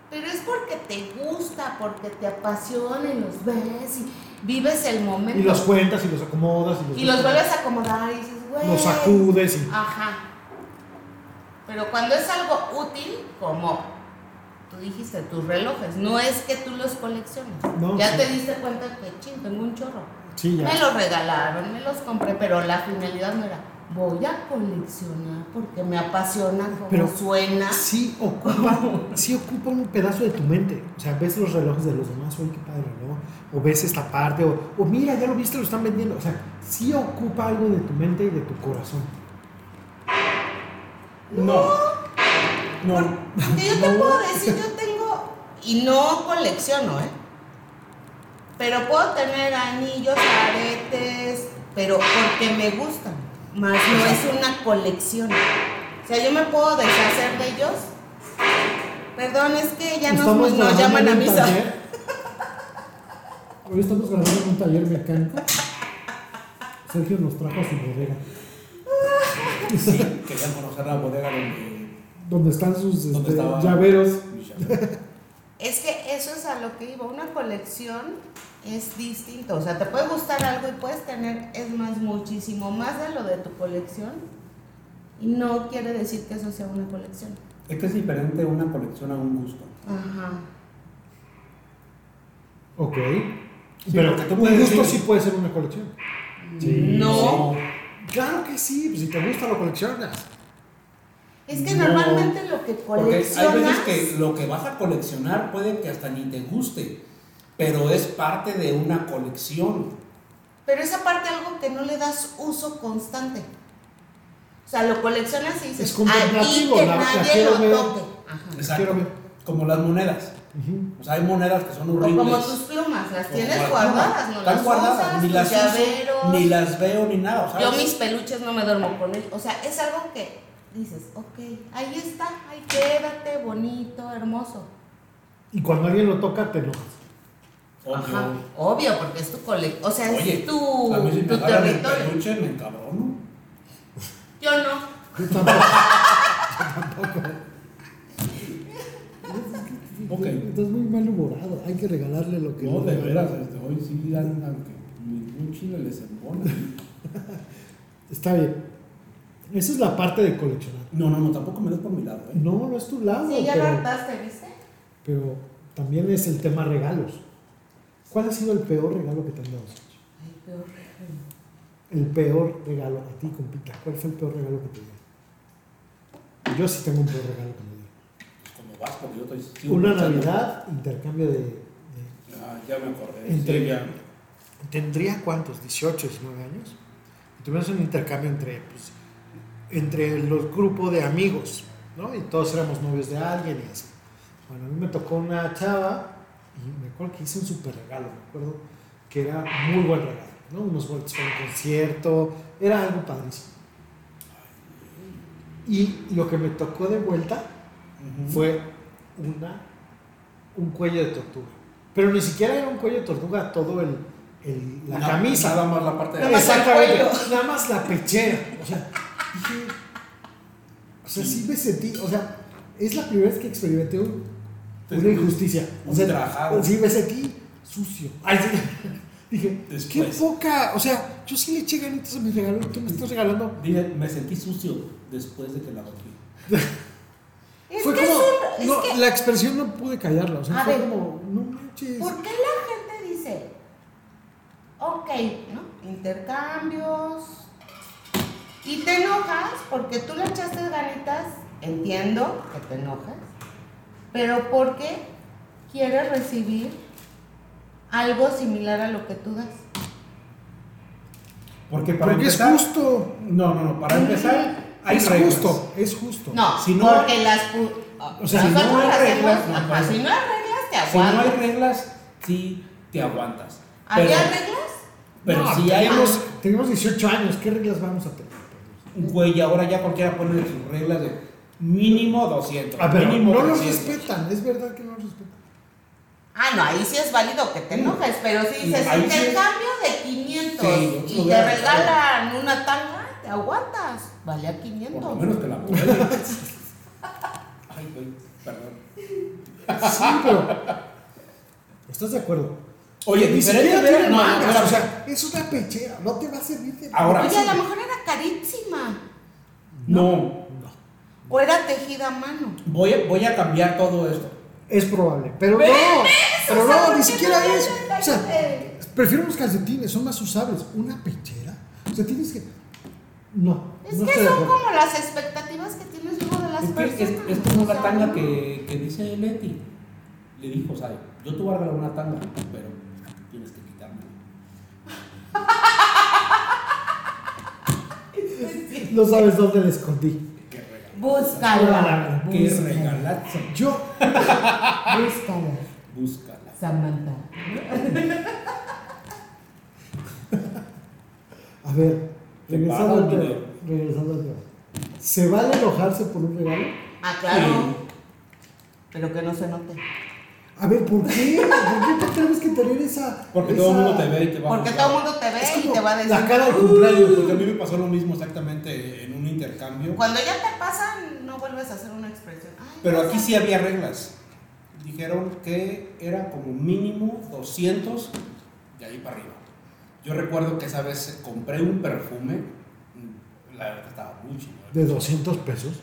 B: pero es porque te gusta, porque te apasiona y los ves y vives el momento.
C: Y los cuentas y los acomodas y los,
B: Y los vuelves a acomodar y dices, güey.
C: los sacudes y
B: Ajá. Pero cuando es algo útil, como tú dijiste, tus relojes, no es que tú los colecciones.
C: No,
B: ya
C: sí.
B: te diste cuenta que, ching, tengo un chorro.
C: sí, ya.
B: Me los regalaron, me los compré, pero la finalidad no era, voy a coleccionar porque me apasiona cómo
C: Pero-
B: suena.
C: sí ocupa, sí ocupa un pedazo de tu mente. O sea, ves los relojes de los demás, oye, qué padre reloj. O ves esta parte, o, o mira, ya lo viste, lo están vendiendo. O sea, sí ocupa algo de tu mente y de tu corazón.
A: No. No.
B: Porque yo te puedo decir, yo tengo, y no colecciono, ¿eh? Pero puedo tener anillos, aretes, pero porque me gustan. Más no es una colección. O sea, yo me puedo deshacer de ellos. Perdón, es que ya nos, nos
C: grabando
B: llaman a
C: en un
B: misa.
C: taller. Hoy estamos grabando en un taller mecánico. Sergio nos trajo a su bodega,
A: Sí, querían conocer la bodega donde.
C: donde están sus
A: ¿Dónde
C: este,
A: estaba?
C: llaveros.
B: Es que eso es a lo que iba. Una colección es distinto. O sea, te puede gustar algo y puedes tener, es más, muchísimo más de lo de tu colección. Y no quiere decir que eso sea una colección.
A: Es que Este es diferente una colección a un gusto.
B: Ajá.
C: Ok. Pero
A: porque tú
C: un
A: puedes
C: gusto
A: decir-
C: sí puede ser una colección.
A: Sí,
B: no.
A: sí.
C: Claro que sí, pues si te gusta lo coleccionas.
B: Es que
A: No.
B: normalmente lo que
A: Porque hay veces
B: coleccionas.
A: que lo que vas a coleccionar puede que hasta ni te guste, pero es parte de una colección.
B: Pero esa parte algo que no le das uso constante. O sea, lo coleccionas y dices,
C: Es contemplativo,
B: "Aquí que
C: la- la
B: nadie
C: quiero
B: lo
C: ver".
B: toque. Ajá.
A: Exacto.
C: Quiero ver.
A: Como las monedas.
C: Ujú.
A: O sea, hay monedas que son
B: O
A: horribles.
B: como tus plumas, las
A: Como
B: tienes
A: las
B: guardadas,
A: plumas.
B: no
A: Están
B: las
A: guardadas,
B: usas,
A: ni
B: tus
A: las uso,
B: llaveros.
A: ni las veo ni nada. ¿sabes?
B: Yo mis peluches no me duermo con ellos. O sea, es algo que dices, ok, ahí está, ahí quédate, bonito, hermoso.
C: Y cuando alguien lo toca, te enojas.
A: Obvio.
B: Ajá, obvio, porque es tu cole, o sea,
A: Oye,
B: es tu,
A: a mí si me
B: tu
A: agarran el
B: territorio.
A: peluche, me encabrono.
B: Yo no.
C: Yo tampoco.
A: Ok.
C: Estás muy malhumorado. Hay que regalarle lo que
A: No,
C: le
A: de
C: regala.
A: veras, desde hoy sí andan que mi un chile les embona.
C: Está bien. Esa es la parte de coleccionar.
A: No, no, no, tampoco me des por mi lado, ¿eh?
C: No, no es tu lado.
B: Sí, ya lo
C: pero,
B: hartaste, ¿viste?
C: pero también es el tema regalos. ¿Cuál ha sido el peor regalo que te han dado? Sergio?
B: Ay, qué horrible.
C: El peor regalo a ti, compita. ¿Cuál fue el peor regalo que te dieron? Yo sí tengo un peor regalo que me dieron.
A: Pues Como vas, porque yo estoy. sigo
C: Una
A: pensando.
C: Navidad, intercambio de. de-
A: Ah, ya me acordé.
C: Entre-
A: Sí, ya.
C: ¿Tendría cuántos? ¿18, 19 años? Y tuvimos un intercambio entre, pues, entre los grupos de amigos, ¿no? Y todos éramos novios de alguien y así. Bueno, a mí me tocó una chava y me acuerdo que hice un super regalo, me acuerdo que era muy buen regalo, ¿no? Unos boletos para un concierto, era algo padrísimo. Y lo que me tocó de vuelta
A: Ujú.
C: fue una, un cuello de tortuga. Pero ni siquiera era un cuello de tortuga todo el, el- la
A: Na-
C: camisa.
A: Nada más la parte de
C: Nada
B: Nada
C: más,
B: más el
C: exactamente,
B: cuello.
C: nada más la pechera. O sea, dije, o sea, sí me sentí, o sea, es la primera vez que experimenté un-
A: Te
C: una
A: sentí
C: injusticia. O
A: Pues un
C: sea,
A: trajado.
C: sí me sentí sucio. Ay, sí. Dije,
A: Después.
C: qué poca, o sea, yo sí le eché ganitas a mi regalo, tú me estás regalando.
A: Dije, me sentí sucio después de que la rompí.
B: Es
C: fue
B: que es
C: como,
B: un- es
C: no,
B: que-
C: la expresión no pude callarla, o sea,
B: A
C: fue
B: ver.
C: como, no manches.
B: ¿Por qué la gente dice, ok, ¿no? intercambios, y te enojas porque tú le echaste ganitas, entiendo que te enojas, pero porque quieres recibir algo similar a lo que tú das?
A: Porque para
C: Porque
A: empezar.
C: es justo.
A: No, no, no, para empezar, hay
C: es
A: reglas.
C: justo, es justo.
B: No,
A: Si no hay-
B: porque las... pu-
A: O sea, si no
B: nosotros
A: hay
B: las
A: reglas,
B: hacemos-
A: no
B: ajá,
A: pasa.
B: si no hay reglas, te
A: Si no hay
B: aguantas. Ah,
A: reglas, sí te aguantas. Pero,
B: ¿Había reglas?
A: pero
C: No,
A: si hay
C: tenemos,
A: unos-
C: tenemos 18 años, ¿qué reglas vamos a tener?
A: Güey, ahora ya cualquiera pone sus reglas de mínimo 200.
C: Ah, pero
A: mínimo
C: no los
A: 300.
C: respetan, es verdad que no los respetan.
B: Ah, no, ahí sí es válido que te enojes, pero si dices
A: Ahí sí.
B: intercambio de 500
A: Sí, yo
B: y
A: lo
B: te
A: veo.
B: regalan una tanga, te aguantas. Vale a 500.
A: Por lo menos te la mueven. Ay, güey, perdón.
C: Sí, pero. ¿Estás de acuerdo?
A: Oye,
C: Ni
A: diferente
C: siquiera
A: de-
C: tiene
A: no, no,
C: mangas,
A: espera,
C: o sea, es una pechera, no te va a servir de nada.
A: Ahora,
B: Oye, a lo mejor era carísima
A: no,
B: o era tejida a mano.
A: voy, a- voy a cambiar todo esto.
C: Es probable, pero
B: ¿Ves?
C: no,
B: O
C: pero
B: sea,
C: no,
B: ¿por
C: ni
B: qué
C: siquiera
B: no
C: es.
B: tienes
C: O sea,
B: calcetines?
C: prefiero unos calcetines, son más usables. Una pechera, o sea, tienes que. No,
B: Es
C: no
B: que
C: estoy de
B: son
C: acuerdo.
B: como las expectativas que tienes luego de las
A: Es, que, es,
B: personas.
A: es como
B: o
A: la
B: sea,
A: tanga
B: no.
A: que, que dice Leti. Le dijo, o sea, yo te voy a regalar una tanga, pero tienes que quitarme.
C: No sabes dónde la escondí.
A: Qué regalo.
B: Búscala,
A: Qué
C: Búscala.
A: regalazo.
C: Yo,
B: búscala,
A: Búscala.
B: Samantha.
C: a ver,
A: Te
C: regresando
A: pago
C: al
A: el
C: tema,
A: video.
C: regresando al tema. ¿Se vale enojarse por un regalo?
B: Ah, claro.
A: Sí.
B: Pero que no se note.
C: A ver, ¿por qué? ¿Por qué tenemos que tener esa?
A: Porque
C: esa-
A: todo el mundo te ve y te va a
B: Porque
A: juzgar.
B: todo el mundo te ve
C: Es
B: y
C: como
B: te va a decir.
C: la cara de
B: "Uh,
C: cumpleaños.
A: Porque a mí me pasó lo mismo exactamente en un intercambio.
B: Cuando ya te pasan, no vuelves a hacer una expresión. Ay,
A: Pero
B: ya
A: aquí
B: sabes.
A: sí había reglas. Dijeron que era como mínimo 200 de ahí para arriba. Yo recuerdo que esa vez compré un perfume. mm, La verdad que estaba muy chido.
C: De 200 pesos.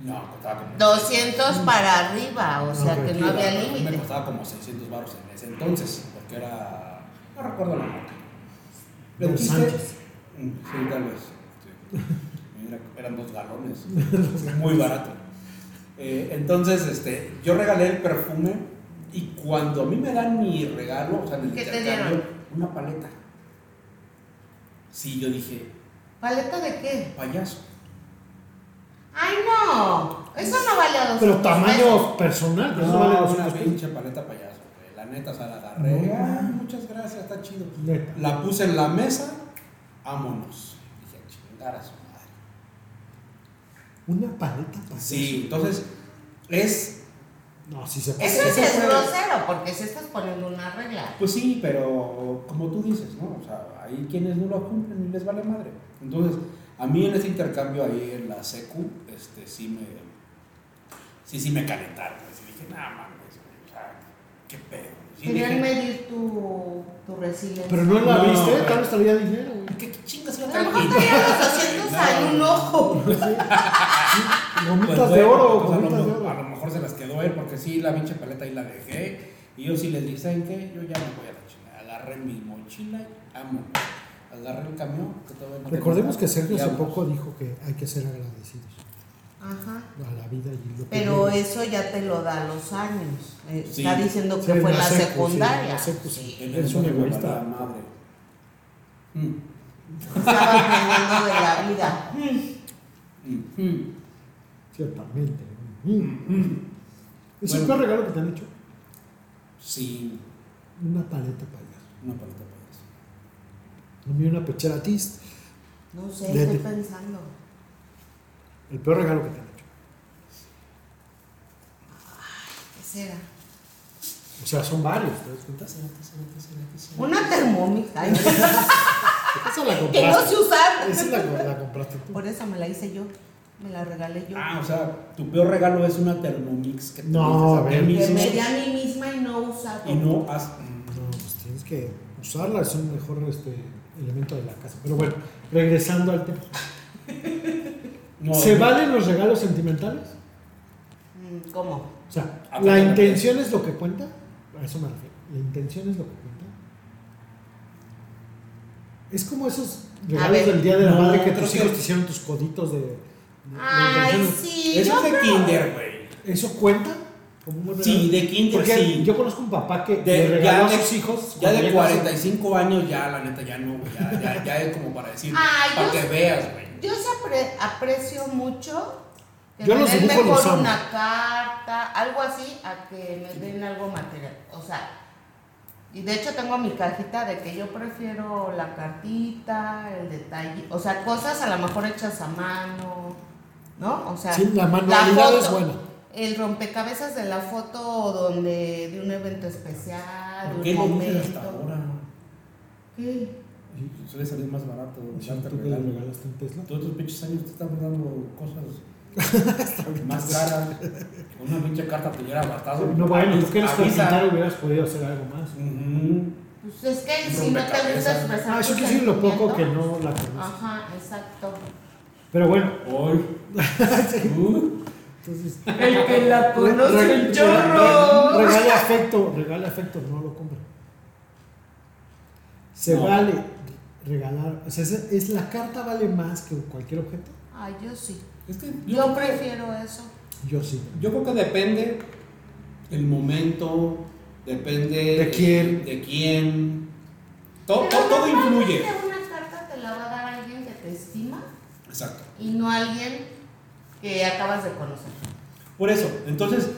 A: No, costaba como.
B: 200
C: Mm.
B: para arriba, o sea
C: Ok.
B: que
A: Sí,
B: no
A: la-
B: había
A: Me
B: límite.
A: costaba como 600 baros en ese entonces, porque era No recuerdo la marca.
C: Los
A: El chiste-
C: Sánchez.
A: Mm, Sí, tal vez. Sí. Era- eran dos galones. Muy barato. Eh, entonces, este, yo regalé el perfume y cuando a mí me dan mi regalo, o sea, en el
B: ¿Qué te
A: intercambio,
B: dieron?
A: una paleta. Sí, yo dije,
B: ¿Paleta de qué?
A: payaso.
B: ¡Ay, no! Eso no vale a dos
C: Pero tamaño personal, pero eso vale
A: No,
C: los
A: una
C: costos.
A: pinche paleta payaso. güey. La neta, o sea, la agarré.
C: No.
A: "Ah, muchas gracias, está chido.
C: Neta.
A: La puse en la mesa, vámonos. Dije, chingar a su madre.
C: Una paleta para
A: Sí, entonces es.
C: No, sí se pasa.
B: Eso es
A: Ese fue-
B: grosero, porque si estás poniendo una regla.
A: Pues sí, pero como tú dices, ¿no? O sea, hay quienes no lo cumplen y les vale madre. Entonces, a mí en ese intercambio ahí en la secu, este, sí me. Sí, sí me calentaron. Sí dije, nada mames, o sea, qué pedo. Sí,
B: Querían
A: dije,
B: medir tu, tu resiliencia.
C: Pero no la
A: No,
C: viste,
A: güey.
C: tal vez traía dinero. güey.
A: ¿Qué, qué chingas iba a
B: A lo
A: traer?
B: mejor traía los 200 hay un ojo.
C: Gomitas
A: Pues
C: de
A: bueno,
C: oro,
A: pues, a, lo,
C: gomitas de
A: a lo
C: oro.
A: mejor se las quedó él, porque sí, la pinche paleta ahí la dejé. Y yo sí les dije, ¿saben qué? Yo ya me voy a la china. Agarré mi mochila y amo. Agarré el camión. Que todavía no
C: Recordemos
A: tenía nada,
C: que Sergio
A: y
C: hace
A: vámonos.
C: poco dijo que hay que ser agradecidos
B: Ajá.
C: a la vida y lo que
B: Pero
C: tienes.
B: eso ya te lo da los años. Eh,
A: Sí.
B: Está diciendo que
C: Sí,
B: fue la
C: en la secu, sí, en
B: secundaria.
C: la secu, sí.
B: Sí.
A: Él
C: Eres
A: es
C: un
A: un
C: egoísta.
A: egoísta. Madre. Mm,
B: Estaba aprendiendo de la vida.
A: mm, mm,
C: Ciertamente. Mm.
A: mm, mm.
C: ¿Es
A: Bueno.
C: el peor regalo que te han hecho?
A: Sí,
C: Una paleta para allá.
A: una paleta para eso.
C: A mí una pechera tis.
B: No sé,
C: De-
B: estoy pensando.
C: El peor regalo que te han hecho.
B: ¿Qué será?
C: O sea, son varios. ¿Te das cuenta?
B: Una termómica. Ay,
C: Esa la
B: que no sé
C: compraste. Esa
B: usar.
C: la, la compraste tú.
B: Por eso me la hice yo. Me la regalé yo.
A: Ah, o sea, tu peor regalo es una Thermomix que tuviste,
C: No, a
A: que
C: ver,
B: que
A: mismo-
B: me di a mí misma y no usado.
A: Y no has. mm,
C: No, pues tienes que usarla, es un mejor este, elemento de la casa. Pero bueno, regresando al tema.
A: no,
C: ¿Se
A: no.
C: valen los regalos sentimentales?
B: Mm, ¿Cómo?
C: O sea,
A: Ah,
C: ¿la
A: totalmente.
C: intención es lo que cuenta? A eso me refiero. ¿La intención es lo que cuenta? Es como esos regalos
B: ver.
C: del Día de la
A: No,
C: Madre que
A: creo
C: tus
A: que-
C: hijos te hicieron tus coditos de... de- de
B: Ay,
C: intenciones.
B: sí.
A: Eso
B: yo
A: es de
B: creo-
A: Kinder, güey.
C: ¿Eso cuenta? como un buen
A: Sí,
C: regalo?
A: de Kinder,
C: Porque
A: sí.
C: yo conozco un papá que
A: De-
C: le
A: ya
C: regaló a
A: de-
C: sus hijos...
A: Ya
C: cuando
A: de
C: ya casó.
A: 45 años, ya la neta, ya no, güey. Ya, ya, ya es como para decir,
B: Ay,
A: para
B: Ah, yo-
A: que veas, güey.
B: Yo sí apre- aprecio mucho que
C: Yo
B: me
C: los
B: den
C: dibujos
B: mejor
C: los amo.
B: una carta, algo así, a que me den algo material. O sea, y de hecho tengo mi cajita de que yo prefiero la cartita, el detalle, o sea, cosas a lo mejor hechas a mano, ¿no? O sea,
C: Sí, la manualidad es buena.
B: El rompecabezas de la foto donde de un evento especial,
A: ¿Por
B: de
A: qué
B: un
A: lo dices hasta
B: momento.
A: ahora?
B: ¿Qué?
A: Suele salir más barato.
C: Sí,
A: darte
C: tú que le
A: regalo.
C: regalaste un Tesla.
A: Todos tus pinches años te están dando cosas más caras. Una pinche carta te hubiera bastado.
C: No, bueno, tú que eres
A: Avisa.
C: carpintero hubieras podido hacer algo más.
A: Ujú.
B: Pues es que si no te gusta
A: Rompecabezas.
B: expresar.
C: Ah, eso
B: tus
C: quiere decir lo poco
B: sentimientos.
C: que no la conoces.
B: Ajá, exacto.
C: Pero bueno,
A: Hoy. Uh,
C: entonces.
B: El que la
C: Re- re- Regala afecto, regala afecto, no lo compra. Se
A: No.
C: vale regalar. O sea, es, es la carta vale más que cualquier objeto.
B: Ay, yo sí.
A: es que yo,
B: Yo prefiero eso.
C: Yo sí.
A: yo creo que depende el momento, depende
C: De quién.
A: de quién. Todo,
B: Pero
A: todo, todo
B: normalmente
A: influye.
B: Una carta te la va a dar alguien que te estima
A: Exacto.
B: y no alguien que acabas de conocer.
A: Por eso, entonces,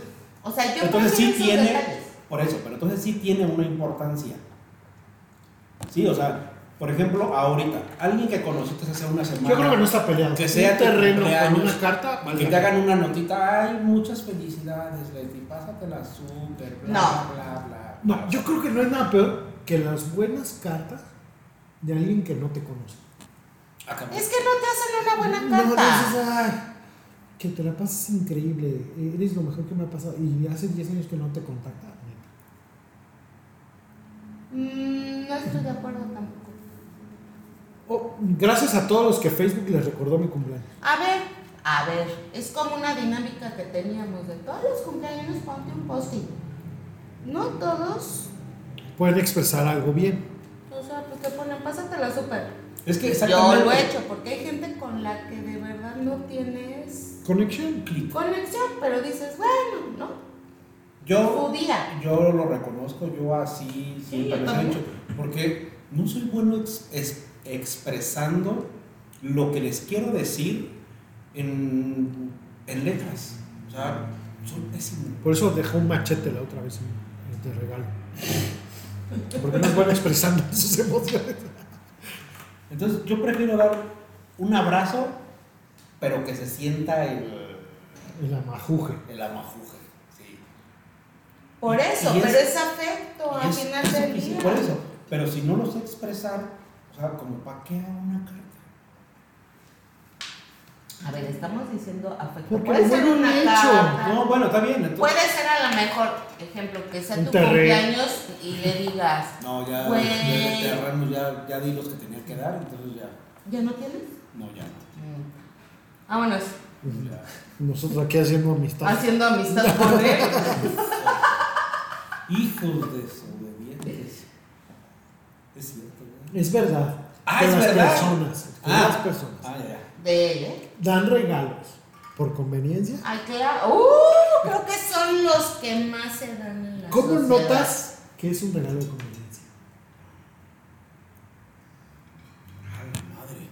B: O sea, yo
A: entonces sí
B: prefiero esos
A: tiene,
B: detalles.
A: por eso, pero entonces sí tiene una importancia. Sí, o sea, por ejemplo, ahorita, alguien que conociste hace una semana,
C: Yo creo que no está peleado.
A: Que sea
C: Un
A: tu
C: terreno con
A: cumpleaños,
C: una carta, vale.
A: que te hagan una notita, ay, muchas felicidades, Leti, pásatela súper, bla,
B: No.
A: bla, bla.
C: No, yo creo que no es nada peor que las buenas cartas de alguien que no te conoce.
A: Acabó.
B: Es que no te hacen una buena
C: No,
B: carta.
C: dices, "Ay, que te la pases increíble, eres lo mejor que me ha pasado. Y hace 10 años que no te contacta. neta.
B: Mm, No estoy de acuerdo tampoco.
C: Oh, gracias a todos los que Facebook les recordó mi cumpleaños.
B: A ver, a ver, es como una dinámica que teníamos de todos los cumpleaños ponte un post-it. No todos,
C: Pueden expresar algo bien.
B: que ponen, pásate la súper.
A: Es que
B: Yo
A: exactamente.
B: lo he hecho, porque hay gente con la que de verdad no tienes
C: Conexión.
A: clic.
B: conexión, pero dices, bueno, ¿no?
A: Yo,
B: Tu día.
A: yo lo reconozco, yo así siempre
B: yo
A: les he
B: también.
A: dicho, porque no soy bueno ex- es- expresando lo que les quiero decir en, en letras. O sea, soy pésimo.
C: Por eso dejó un machete la otra vez en- de regalo. Porque no es bueno expresando sus emociones.
A: Entonces, yo prefiero dar un abrazo, pero que se sienta el,
C: El amajuje.
A: el amajuje. Sí.
B: Por eso,
A: Y es-
B: pero es afecto
A: Y
B: al
A: es-
B: final
A: eso
B: del
A: que sí,
B: día.
A: Por eso. Pero si no lo sé expresar, o sea, como para qué hago una carta.
B: A ver, estamos diciendo afecto.
C: Porque
B: Puede
C: lo
B: ser
C: vuelven
B: una
C: un hecho.
B: carta.
A: No, bueno, está bien. Entonces,
B: Puede ser a lo mejor, ejemplo, que sea
C: Un
B: tu
C: terreno.
B: cumpleaños y le digas,
A: no, ya,
B: Güey.
A: ya, te agarramos, ya, ya di los que tenía que dar, entonces ya.
B: ¿ya no tienes?
A: No, ya.
B: Mm. Vámonos,
A: ya.
C: Nosotros aquí haciendo amistad.
B: haciendo amistad con él.
A: Hijos desobedientes. Es cierto, ¿verdad?
C: Es verdad.
A: Ah,
C: Con
A: es
C: las
A: verdad.
C: personas. Con
A: Ah.
C: las personas.
A: Ah, ya, ya.
B: De él, ¿eh?
C: Dan regalos por conveniencia.
B: Ay, claro. Uh, creo que son los que más se dan en la
C: ¿Cómo
B: sociedad.
C: notas que es un regalo de conveniencia?
A: Ah, la madre.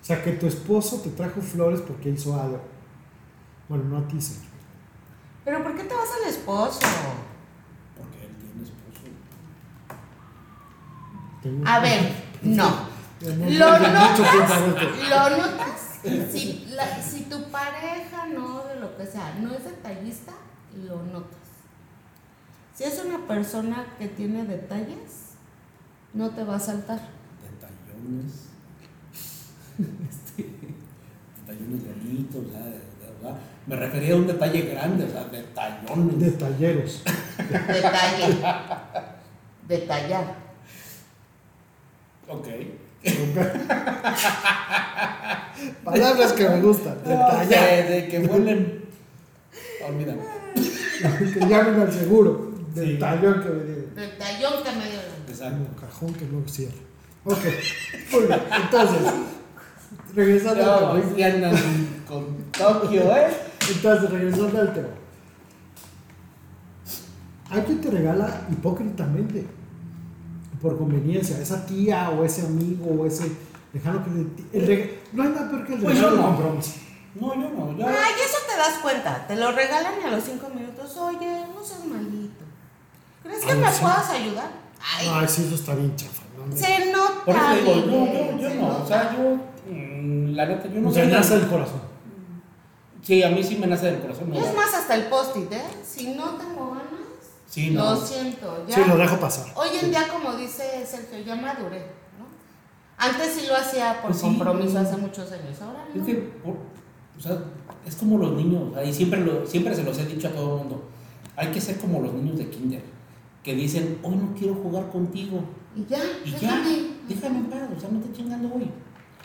C: O sea, que tu esposo te trajo flores porque hizo algo. Bueno, no a ti, señor.
B: Pero ¿por qué te vas al esposo?
A: Porque él tiene esposo.
C: Tengo-
B: A ver, no.
C: Yo no-
B: Lo
C: tengo
B: notas,
C: mucho tiempo a esto.
B: lo notas. Si, la- si tu pareja no, de lo que sea, no es detallista, lo notas. Si es una persona que tiene detalles, no te va a saltar.
A: detallones, este, detallones bonitos, o sea, de- de- ¿verdad? Me refería a un detalle grande, o sea, detallones.
C: Detalleros.
B: Detalle. Detallar.
A: ok.
C: Palabras que me gustan. Detallar.
A: De, de que vuelen. Olvídame.
C: Que llamen al seguro.
A: Sí.
C: Detallón que me dieron.
B: Detallón que me dio.
A: Exacto.
C: Un cajón que no cierra. Ok. Muy bien. Entonces, regresando al tema.
A: hoy sí andan con Tokio, ¿eh?
C: Entonces, regresando al tema. Hay quien te regala hipócritamente, por conveniencia, esa tía o ese amigo o ese lejano que le- el reg- No hay nada peor que el
A: Pues yo
C: regalo de
A: no.
C: compromiso.
A: No, yo no, yo.
B: Ay, eso te das cuenta. Te lo regalan y a los cinco minutos. Oye, no seas malito. ¿Crees que
C: A
B: me
C: los cinco-
B: puedas ayudar? Ay,
C: Ay, sí, eso está bien chafa. ¿no?
B: se nota.
A: Por eso te digo, yo,
B: Miguel,
A: yo, yo
B: se
A: no. O
B: nota.
A: sea, yo. mm, La neta, yo no
C: O sea,
A: soy-
C: nace el corazón.
A: Sí, a mí sí me nace del corazón.
B: Y
A: ¿no?
B: es más, hasta el post-it, ¿eh? Si no tengo ganas,
A: Sí, no.
B: lo siento. Ya.
C: Sí, lo dejo pasar.
B: Hoy en día, como dice Sergio, ya maduré, ¿no? Antes sí lo hacía por
A: Pues sí.
B: compromiso hace muchos años. Ahora no.
A: Es que, por- o sea, es como los niños, o sea, y siempre, lo- siempre se los he dicho a todo el mundo, hay que ser como los niños de kinder, que dicen, hoy no quiero jugar contigo,
B: Y ya,
A: y ya,
B: déjame.
A: déjame en paz, o sea, no te chingando hoy.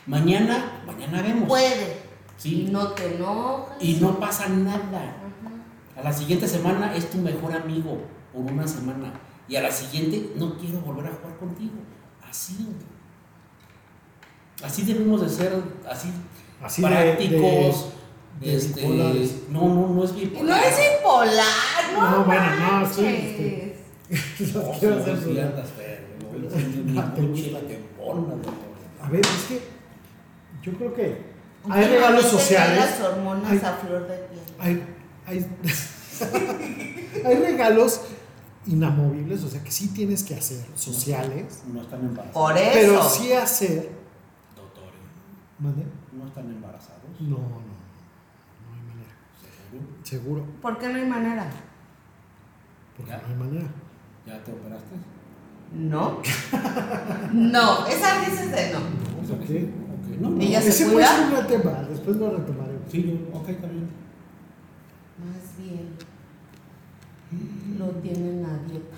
A: Mañana, mañana vemos,
B: Puede. Y
A: ¿sí?
B: no te enojas.
A: Y no pasa nada.
B: Ajá.
A: A la siguiente semana es tu mejor amigo, por una semana, y a la siguiente, no quiero volver a jugar contigo, así. Así debemos de ser, así,
C: Así de-
A: prácticos.
C: de- de
A: este,
C: bipolares.
A: no, no, no es
B: Y
A: bipolar.
B: No es bipolar, no.
C: No, bueno, no,
B: manches.
C: sí, este. de-
A: No,
C: Quiero hacer
A: sí,
C: su-
A: andas feo, ¿no? Yo soy una
C: Ah, te
A: pinche
C: gusta.
A: latempona, güey.
C: A ver, es que yo creo que hay
B: Últimamente
C: regalos
B: trae
C: sociales.
B: Las hormonas
C: Hay-
B: a flor de piel.
C: hay, hay, hay regalos inamovibles, o sea, que sí tienes que hacer, sociales,
A: No están embarazados.
B: Por e- eso.
C: pero sí hacer.
A: Doctores,
C: ¿Mande?
A: no están embarazados.
C: No, no, no hay manera.
A: seguro.
C: Seguro,
B: ¿Por qué no hay manera?
C: porque
A: Ya.
C: no hay manera.
A: ¿Ya te operaste?
B: No. no, esa risa es de no.
C: ¿Por
A: Ok,
C: qué?
A: No, no.
B: Ella- se
C: Ese puede
B: cuida?
C: ser un tema, después lo retomaremos.
A: Sí, yo, ok, está bien.
B: Más bien. Lo tienen a dieta.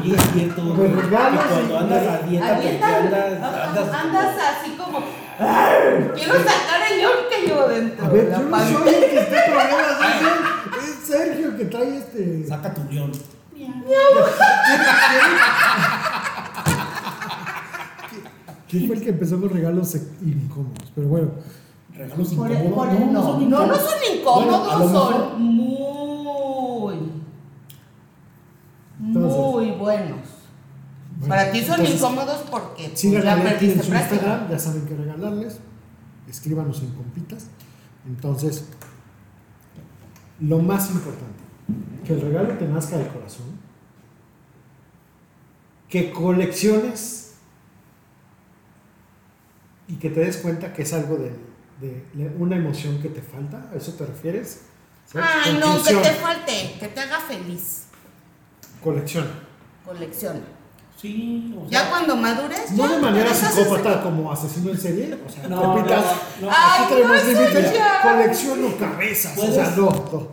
A: Oye, es cierto.
C: Me
A: güey, que
B: Pues
C: regalas
A: Cuando
C: y-
A: andas a dieta,
B: ¿A
A: porque
B: dieta?
A: andas,
B: Ajá,
A: andas,
B: este, andas así como. "Arr, Quiero sacar el león que llevo dentro.
C: A ver,
B: la
C: yo no
B: panza".
C: soy el que está en problemas, es él, es Sergio que trae este.
A: Saca tu león.
B: Miau.
C: ¿Quién fue el que empezó con regalos incómodos? Pero bueno,
A: Regalos
B: Por el-
A: incómodos.
B: por el- no,
A: son
B: no, no
A: incómodos.
B: son incómodos,
A: Bueno, a lo mejor-
B: son muy,
C: Entonces-
B: muy buenos.
C: bueno,
B: Para ti son
C: entonces,
B: incómodos porque pues,
C: Síganle
B: ya
C: a Leti en
B: perdiste
C: su
B: práctica.
C: Instagram, ya saben que regalarles. Escríbanos en compitas. Entonces, lo más importante, que el regalo te nazca del corazón. Que colecciones y que te des cuenta que es algo de, de- de una emoción que te falta. ¿A eso te refieres? ¿Sí?
B: Ay, no, que
C: Colecciona,
B: te falte, que te haga feliz.
C: Colecciona.
B: Colecciona.
A: Sí, o sea.
B: Ya cuando madures,
C: No
B: ya
C: de manera
B: empiezas a hacer-
C: psicópata como asesino en serie. O sea,
A: No,
C: compitas.
A: no, no.
B: Ay,
C: Aquí tenemos
B: no,
C: límites.
B: eso ya.
C: Colecciono cabezas. O sea,
A: Puedes-
C: no, no.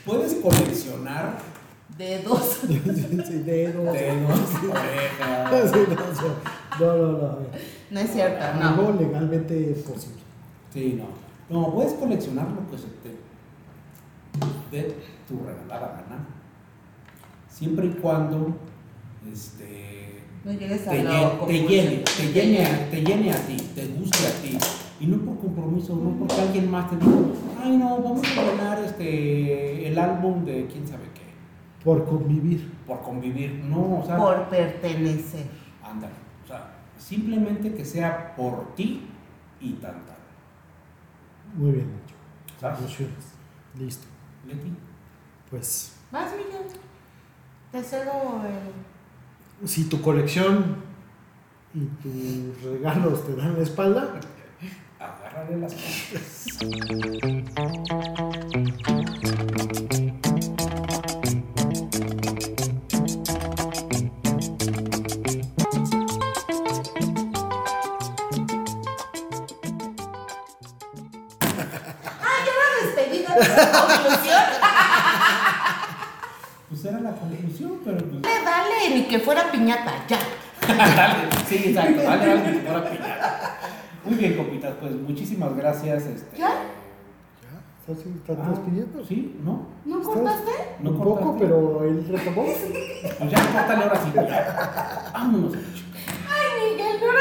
A: Puedes coleccionar
B: Dedos.
C: Sí, dedos.
A: dedos, orejas.
C: Sí, no, o sea, No, no, no. a ver.
B: No es cierto, no.
C: Algo legalmente posible.
A: Sí, no. No, puedes coleccionar lo que se te dé tu regalada gana. Siempre y cuando este,
B: No llegues a
A: te,
B: lo
A: lle- te
B: compulsivo.
A: llene, te llene, a, te llene a ti, te guste a ti. Y no por compromiso, no porque alguien más te dijo, ay no, vamos a ganar este, el álbum de quién sabe qué,
C: Por convivir.
A: por convivir. No, o sea,
B: Por pertenecer.
A: ándale. O sea, simplemente que sea por ti y tan tan.
C: Muy bien hecho.
A: ¿Sabes?
C: Emociones. Listo.
A: Leti.
C: Pues,
B: Vas, Miguel. Te cedo el.
C: si tu colección y tus regalos te dan la espalda,
A: Agárrale las cosas.
B: Ah, Despedida de la conclusión.
A: Pues era la conclusión, pero pues.
B: Dale, dale, ni que fuera piñata, ya.
A: dale, sí, exacto. Dale, dale, que fuera piñata. Muy bien, copitas, pues muchísimas gracias. Este,
B: ¿Ya?
C: ¿estás
A: Ah,
C: estás pidiendo?
A: Sí, ¿no?
B: ¿No cortaste?
A: No
C: Un poco,
A: cortaste.
C: pero él retomó.
A: é um Pues ya, córtale ahora sí. ya. Vámonos, bicho.